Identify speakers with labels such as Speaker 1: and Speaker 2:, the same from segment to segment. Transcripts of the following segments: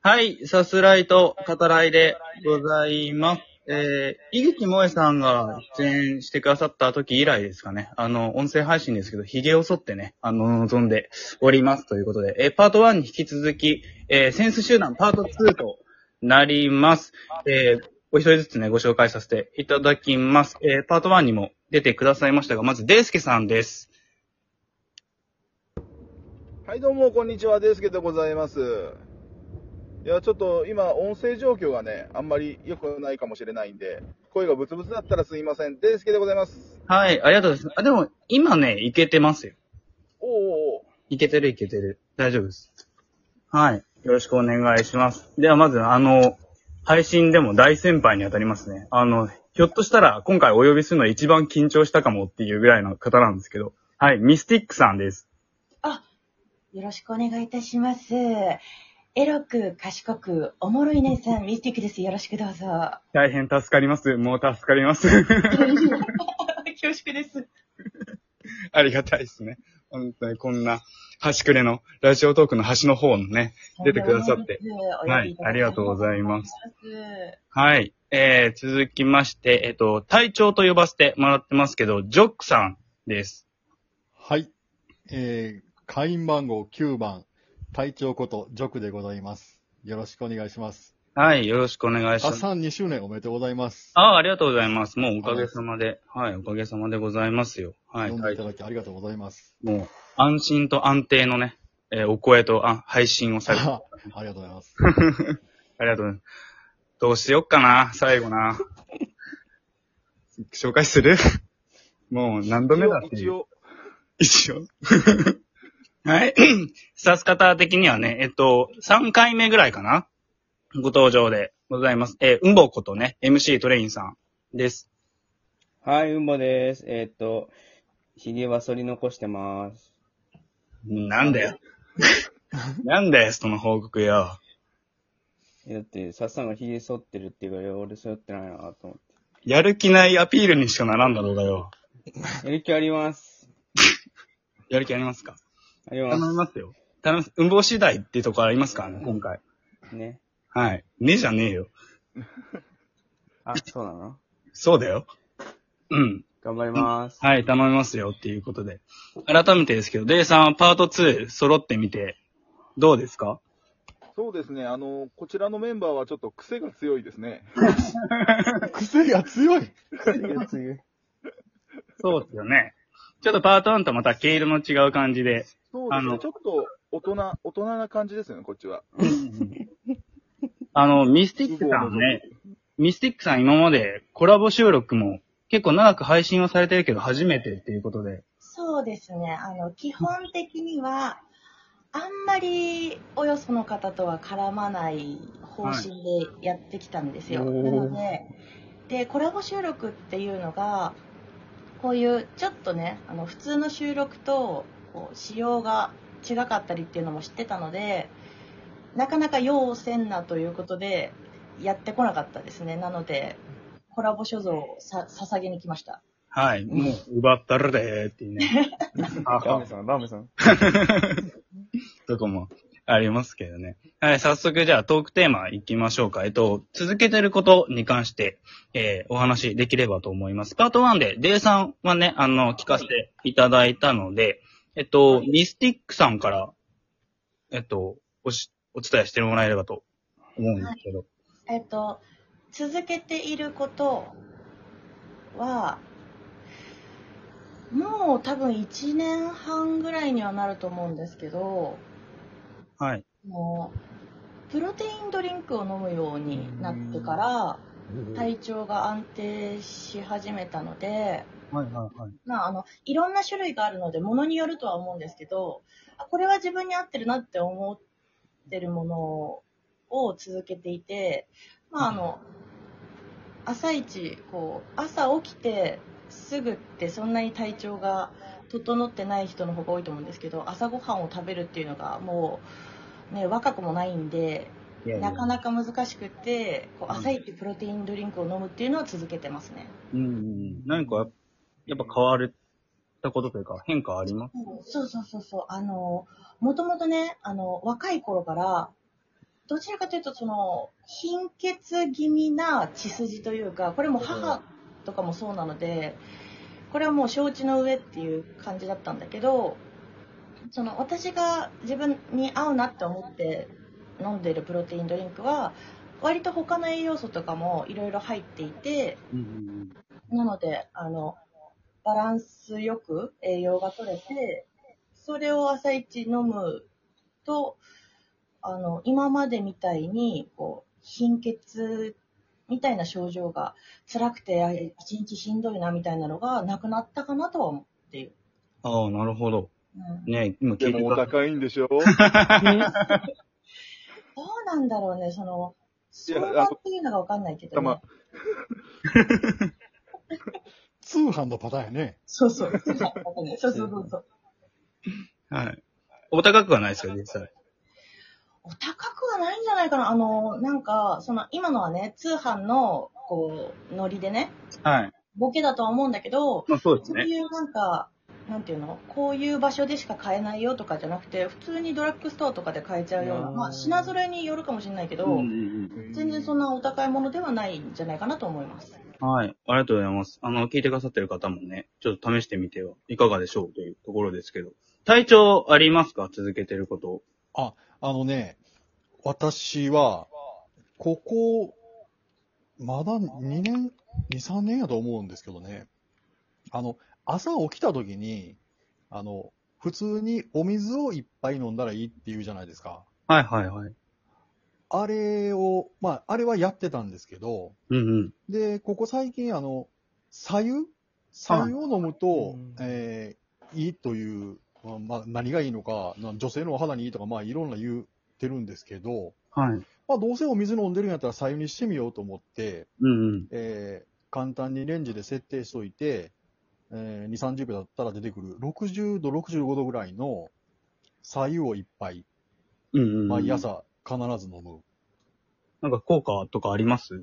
Speaker 1: はい、さすらいと語らいでございます。えー、井口萌さんが出演してくださった時以来ですかね。あの、音声配信ですけど、髭を剃ってね、あの、望んでおりますということで、えー、パート1に引き続き、えー、センス集団パート2となります。えー、お一人ずつね、ご紹介させていただきます。えー、パート1にも出てくださいましたが、まず、デイスケさんです。
Speaker 2: はい、どうも、こんにちは。デイスケでございます。いや、ちょっと今、音声状況がね、あんまり良くないかもしれないんで、声がブツブツだったらすいません。デイスケでございます。
Speaker 1: はい、ありがとうございます。あ、でも、今ね、いけてますよ。
Speaker 2: おーおーお
Speaker 1: いけてるいけてる。大丈夫です。はい。よろしくお願いします。ではまず、あの、配信でも大先輩に当たりますね。あの、ひょっとしたら今回お呼びするの一番緊張したかもっていうぐらいの方なんですけど。はい、ミスティックさんです。
Speaker 3: よろしくお願いいたします。エロく、賢く、おもろい姉さん、ミスティックです。よろしくどうぞ。
Speaker 1: 大変助かります。もう助かります。
Speaker 3: 恐縮です。
Speaker 1: ありがたいですね。本当にこんな、端くれの、ラジオトークの端の方のね、出てくださって。はい、ありがとうございます。
Speaker 3: す。
Speaker 1: はい。えー、続きまして、えっと、隊長と呼ばせてもらってますけど、ジョックさんです。
Speaker 4: はい。えー、会員番号9番、隊長こと、ジョクでございます。よろしくお願いします。
Speaker 1: はい、よろしくお願いし
Speaker 4: あ、
Speaker 1: ます。
Speaker 4: 3、2周年おめでとうございます。
Speaker 1: ああ、ありがとうございます。もうおかげさまで。はい、おかげさまでございますよ。はい、
Speaker 4: 読んでいた
Speaker 1: 隊
Speaker 4: だきありがとうございます。
Speaker 1: 長もう、安心と安定のね、えーお声とあ配信をされて。あ
Speaker 4: あ ありがとうございます。
Speaker 1: りがとうございます。どうしよっかな、最後 な。紹介する もう何度目だ
Speaker 2: ー
Speaker 1: っていう
Speaker 2: 一。応、
Speaker 1: 一応。 はい。 さす方的にはね、えっと、3回目ぐらいかなご登場でございます。えー、うんぼことね、MC トレインさんです。
Speaker 5: はい、うんぼです。えーっと、ひげは剃り残してます。
Speaker 1: なんだよ。 なんだよ、その報告よ。
Speaker 5: えだって、さっさんがひげ剃ってるって言うから、俺剃ってないなと思っ
Speaker 1: やる気ないアピールにしかならんだろうがよ。
Speaker 5: て。やる気あります。
Speaker 1: やる気ありますか
Speaker 5: あり
Speaker 1: 頼み
Speaker 5: ま
Speaker 1: ますよ。頼みます。うんぼ次第っていうところありますからね、今回。
Speaker 5: す。ね。
Speaker 1: はい。ねえじゃねえよ。
Speaker 5: あ、そうなの
Speaker 1: そうだよ。うん。
Speaker 5: 頑張ります。
Speaker 1: はい、頼みますよっていうことで。改めてですけど、デイさん、パート2揃ってみて、どうですか
Speaker 2: そうですね、あの、こちらのメンバーはちょっと癖が強いですね。
Speaker 4: 癖が強い
Speaker 1: そうですよね。ちょっとパート1とまた毛色の違う感じで。
Speaker 2: そう
Speaker 1: あ
Speaker 2: です
Speaker 1: の
Speaker 2: ね、ちょっと大人、大人な感じですよね、こっちは。
Speaker 1: あの、ミスティックさんね、ミスティックさん今までコラボ収録も結構長く配信はされてるけど、初めてっていうことで。
Speaker 3: そうですね。あの、基本的には、あんまりおよその方とは絡まない方針でやってきたんですよ。
Speaker 5: おー
Speaker 3: なので、で、コラボ収録っていうのが、こういうちょっとね、あの普通の収録とこう仕様が違かったりっていうのも知ってたので、なかなか要せんなということで、やってこなかったですね。なので、コラボ所蔵をさ捧げに来ました。
Speaker 1: はい、もう、奪ったるでーっていうね。あ
Speaker 5: ラーメンさん、ラーメンさん。
Speaker 1: とかもありますけどね。はい、早速じゃあトークテーマ行きましょうか。えっと、続けてることに関して、えーお話できればと思います。パート1で、デイさんはね、あの、聞かせていただいたので、えっと、ミスティックさんから、えっと、おし、お伝えしてもらえればと思うんですけど。
Speaker 3: えっと、続けていることは、もう多分1年半ぐらいにはなると思うんですけど、
Speaker 1: はい。
Speaker 3: もう、プロテインドリンクを飲むようになってから、体調が安定し始めたので、
Speaker 1: はい、はい、はい。
Speaker 3: まあ、あの、いろんな種類があるので、ものによるとは思うんですけど、あこれは自分に合ってるなって思ってるものを続けていて、まあ、あの、朝一、こう、朝起きてすぐってそんなに体調が整ってない人の方が多いと思うんですけど、朝ごはんを食べるっていうのがもう、ね、若くもないんで、
Speaker 1: いやいや
Speaker 3: なかなか難しくて、こう朝一プロテインドリンクを飲むっていうのは続けてますね。
Speaker 1: うんうんうん。何か、やっぱ変わったことというか、変化あります
Speaker 3: そうそうそうそう。あの、もともとね、あの、若い頃から、どちらかというと、その、貧血気味な血筋というか、これも母とかもそうなので、これはもう承知の上っていう感じだったんだけど、その、私が自分に合うなって思って飲んでいるプロテインドリンクは、割と他の栄養素とかもいろいろ入っていて、
Speaker 5: うん
Speaker 3: なので、あの、バランスよく栄養が取れて、それを朝一飲むと、あの、今までみたいに、こう、貧血みたいな症状が辛くて、あ一日しんどいなみたいなのがなくなったかなとは思っている。
Speaker 1: ああ、なるほど。
Speaker 3: うん
Speaker 1: ね今聞
Speaker 2: で
Speaker 1: いて
Speaker 2: もお
Speaker 1: た。
Speaker 2: 高いんでしょ
Speaker 3: どうなんだろうね、その、
Speaker 2: いや
Speaker 3: 相場っていうのがわかんないけど、
Speaker 2: たま
Speaker 3: ね。
Speaker 4: 通販のパターンやね。
Speaker 3: そうそう。そうそうそうそうそう。
Speaker 1: はい。お高くはないですか、実際。
Speaker 3: お高くはないんじゃないかな。あの、なんか、その、今のはね、通販の、こう、ノリでね、
Speaker 1: はい。
Speaker 3: ボケだとは思うんだけど、
Speaker 1: まあそうです
Speaker 3: そう
Speaker 1: ね。
Speaker 3: いうなんか、なんていうのこういう場所でしか買えないよとかじゃなくて、普通にドラッグストアとかで買えちゃうような、
Speaker 5: うん
Speaker 3: まあ、品揃えによるかもしれないけど、
Speaker 5: うん
Speaker 3: 全然そんなお高いものではないんじゃないかなと思います。
Speaker 1: はい。ありがとうございます。あの、聞いてくださってる方もね、ちょっと試してみてはいかがでしょうというところですけど。体調ありますか続けてること。
Speaker 4: あのね、私は、ここ、まだ2年、2、3年やと思うんですけどね。あの、朝起きた時に、あの、普通にお水をいっぱい飲んだらいいっていうじゃないですか。
Speaker 1: はいはいはい。
Speaker 4: あれを、まあ、あれはやってたんですけど、
Speaker 1: うんうん。
Speaker 4: で、ここ最近、あの、左右左右を飲むと、えーいいという、まあまあ、何がいいのか、な女性のお肌にいいとか、まあ、いろんな言ってるんですけど、
Speaker 1: はい。
Speaker 4: まあ、どうせお水飲んでるんやったら左右にしてみようと思って、
Speaker 1: うんうん。
Speaker 4: えー簡単にレンジで設定しといて、えー2、30秒だったら出てくる、60度、65度ぐらいの左右をいっぱい、
Speaker 1: うんうん、うん。
Speaker 4: 毎朝必ず飲む。
Speaker 1: なんか効果とかあります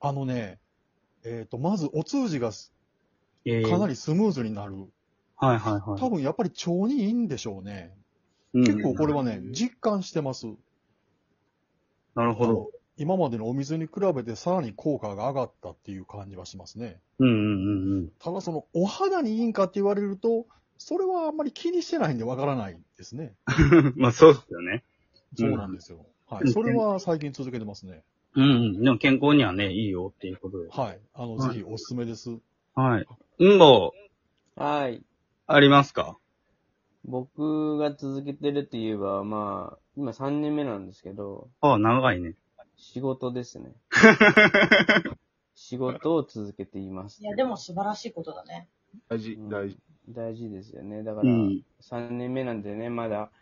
Speaker 4: あのね、えっ、と、まずお通じがす
Speaker 1: ええ
Speaker 4: かなりスムーズになる。
Speaker 1: はいはいはい。
Speaker 4: 多分やっぱり腸にいいんでしょうね。
Speaker 1: うん
Speaker 4: 結構これはね、実感してます。
Speaker 1: なるほ
Speaker 4: あ
Speaker 1: ど
Speaker 4: の。今までのお水に比べてさらに効果が上がったっていう感じはしますね。
Speaker 1: うんうんうんうん。
Speaker 4: ただそのお肌にいいんかって言われると、それはあんまり気にしてないんでわからないですね。
Speaker 1: まあそうですよね。
Speaker 4: そうなんですよ。は
Speaker 1: う
Speaker 4: い。
Speaker 1: ん
Speaker 4: それは最近続けてますね。
Speaker 1: うんうん。でも健康にはね、いいよっていうことで。
Speaker 4: はい。あの、
Speaker 1: はい
Speaker 4: ぜひおすすめです。
Speaker 1: はい。うんご、
Speaker 5: はい。
Speaker 1: ありますか
Speaker 5: 僕が続けてるって言えば、まあ、今3年目なんですけど、
Speaker 1: ああ、長いね。
Speaker 5: 仕事です ね。仕事を続けています
Speaker 3: い。や、でも素晴らしいことだね。
Speaker 2: 大事
Speaker 5: う、ん
Speaker 2: 大事。
Speaker 5: 大事ですよね。だか
Speaker 1: う
Speaker 5: ら、
Speaker 1: ん。
Speaker 5: 3年目なんでね、まだ、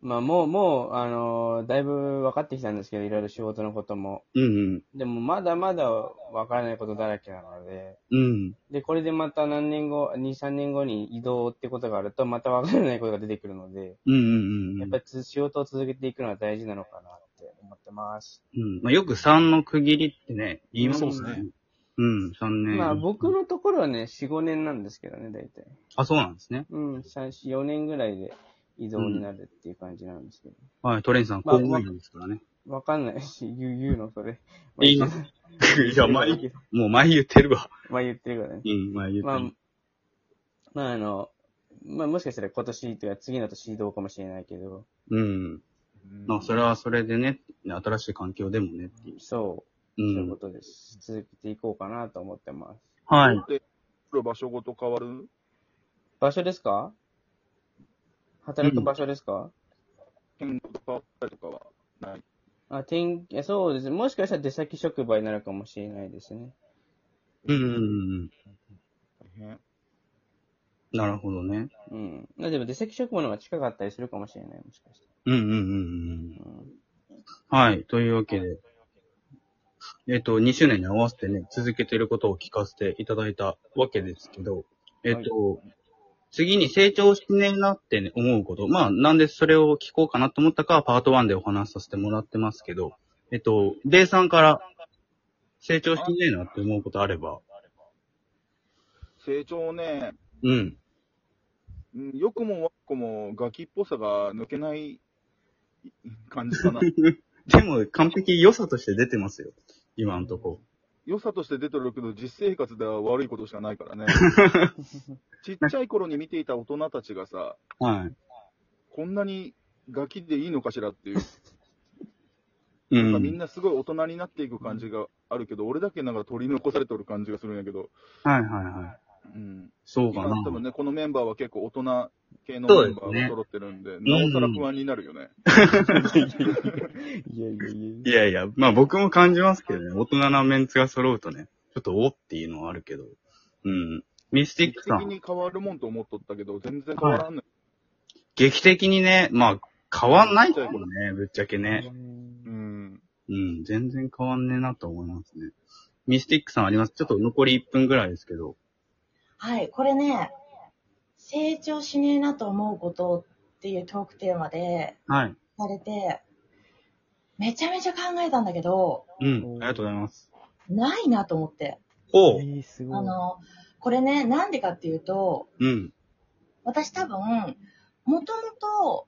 Speaker 5: まあもう、もう、あのーだいぶ分かってきたんですけど、いろいろ仕事のことも。
Speaker 1: うんうん。
Speaker 5: でも、まだまだ分からないことだらけなので、
Speaker 1: うん。
Speaker 5: で、これでまた何年後、2、3年後に移動ってことがあると、また分からないことが出てくるので、
Speaker 1: うんうんうん。
Speaker 5: やっぱりつ仕事を続けていくのは大事なのかなって思ってます。
Speaker 1: うんまあ、よく3の区切りってね、言いますもん
Speaker 4: そうですね。
Speaker 1: うん、3年。
Speaker 5: まあ僕のところはね、4、5年なんですけどね、大体。
Speaker 1: あ、そうなんですね。
Speaker 5: うん、3、4年ぐらいで移動になるっていう感じなんですけど。
Speaker 1: はい、トレインさん、
Speaker 5: まあ
Speaker 1: 公務員ですからね。
Speaker 5: わかんないし、言う言うの、それ。
Speaker 1: いいの いや、前、もう前言ってるわ。
Speaker 5: まあ言ってるからね。
Speaker 1: うん、前言ってる。
Speaker 5: まあ、まああの、まあもしかしたら今年というか次の年移動かもしれないけど、
Speaker 1: うん。まあ、それはそれでね、新しい環境でもねっていう。
Speaker 5: そうう、そういうんこ。とです。続けていこうかなと思ってます。
Speaker 1: はい。
Speaker 2: これ場所ごと変わる
Speaker 5: 場所ですか働く場所ですか、
Speaker 2: 変動と変わったりとかはない。
Speaker 5: あ、転いやそうですね。もしかしたら出先職場になるかもしれないですね。
Speaker 1: うんうんうん。
Speaker 2: 大変。
Speaker 1: なるほどね。
Speaker 5: うん。まあでも出先職場の方が近かったりするかもしれない、もしかした
Speaker 1: うんうんうんうん。
Speaker 5: ら。うん
Speaker 1: はい。というわけで、えっと、2周年に合わせてね、続けてることを聞かせていただいたわけですけど、えっと、次に成長してねえなって、ね、思うこと。まあ、なんでそれを聞こうかなと思ったかは、パート1でお話しさせてもらってますけど、えっと、デイさんから、成長してねえなって思うことあれば、
Speaker 2: 成長ね、
Speaker 1: うん。
Speaker 2: うん良 くも悪くもガキっぽさが抜けない感じかな。
Speaker 1: でも、完璧良さとして出てますよ。今のとこ。
Speaker 2: 良さとして出てるけど、実生活では悪いことしかない からね。ちっちゃい頃に見ていた大人たちがさ、
Speaker 1: は
Speaker 2: こんなにガキでいいのかしらっていう、
Speaker 1: い。う
Speaker 2: なんかみん
Speaker 1: ん。
Speaker 2: なすごい大人になっていく感じがあるけど、俺だけなんか取り残されてる感じがするんやけど、
Speaker 1: はいはいはい。
Speaker 2: うん、
Speaker 1: そうか
Speaker 2: 今
Speaker 1: な
Speaker 2: 多。分ね、このメンバーは結構大人系の
Speaker 1: そう
Speaker 2: メン
Speaker 1: です
Speaker 2: バ
Speaker 1: ね
Speaker 2: ーが揃ってるんで、なおさら不安になるよね。
Speaker 5: いやいやい
Speaker 1: いやいや、まあ僕も感じますけどね。大人なメンツが揃うとね、ちょっとおっていうのはあるけど。うん。ミスティッ
Speaker 2: 劇
Speaker 1: ク
Speaker 2: 的
Speaker 1: さん。
Speaker 2: に変わるもんと思っとったけど、全然変わらんのよ、
Speaker 1: 劇的にね、まあ、変わんないけどね、ぶっちゃけ
Speaker 5: や。
Speaker 1: ね。
Speaker 2: うん。
Speaker 1: うん、全然変わんねえなと思いますね。ミスティックさんありますちょっと残り1分ぐらいですけど。
Speaker 3: はい、これね、成長しねえなと思うことっていうトークテーマで、
Speaker 1: はい。
Speaker 3: されて、めちゃめちゃ考えたんだけど、
Speaker 1: うん、ありがとうございます。
Speaker 3: ないなと思って。
Speaker 1: ほう。
Speaker 5: えーすご
Speaker 3: あ
Speaker 5: い。
Speaker 3: の、これね、なんでかっていうと、
Speaker 1: うん。
Speaker 3: 私多分、もともと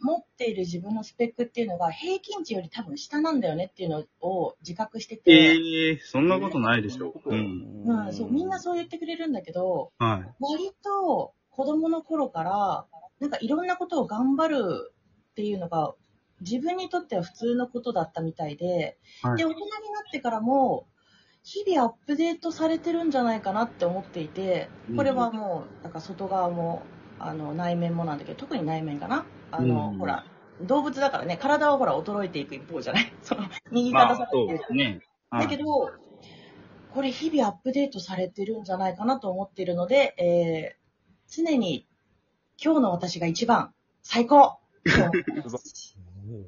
Speaker 3: 持っている自分のスペックっていうのが平均値より多分下なんだよねっていうのを自覚してて、
Speaker 1: ええそんなことないでしょ。う。
Speaker 5: うん
Speaker 3: うん、そう、みんなそう言ってくれるんだけど、
Speaker 1: はい。
Speaker 3: 割と子供の頃から、なんかいろんなことを頑張るっていうのが、自分にとっては普通のことだったみたいで、
Speaker 1: はい
Speaker 3: で、大人になってからも、日々アップデートされてるんじゃないかなって思っていて、これはもう、なんか外側も、あの、内面もなんだけど、特に内面かな。あの、
Speaker 1: うん
Speaker 3: ほら、動物だからね、体はほら、衰えていく一方じゃない その、右
Speaker 1: ま
Speaker 3: 肩
Speaker 1: あ
Speaker 3: 下が、り
Speaker 1: そ
Speaker 3: っ
Speaker 1: う
Speaker 3: ていう
Speaker 1: ですね。は
Speaker 3: だけ
Speaker 1: い。
Speaker 3: ど、これ日々アップデートされてるんじゃないかなと思っているので、えー常に今日の私が一番、最高と
Speaker 2: 素晴らしい
Speaker 4: おー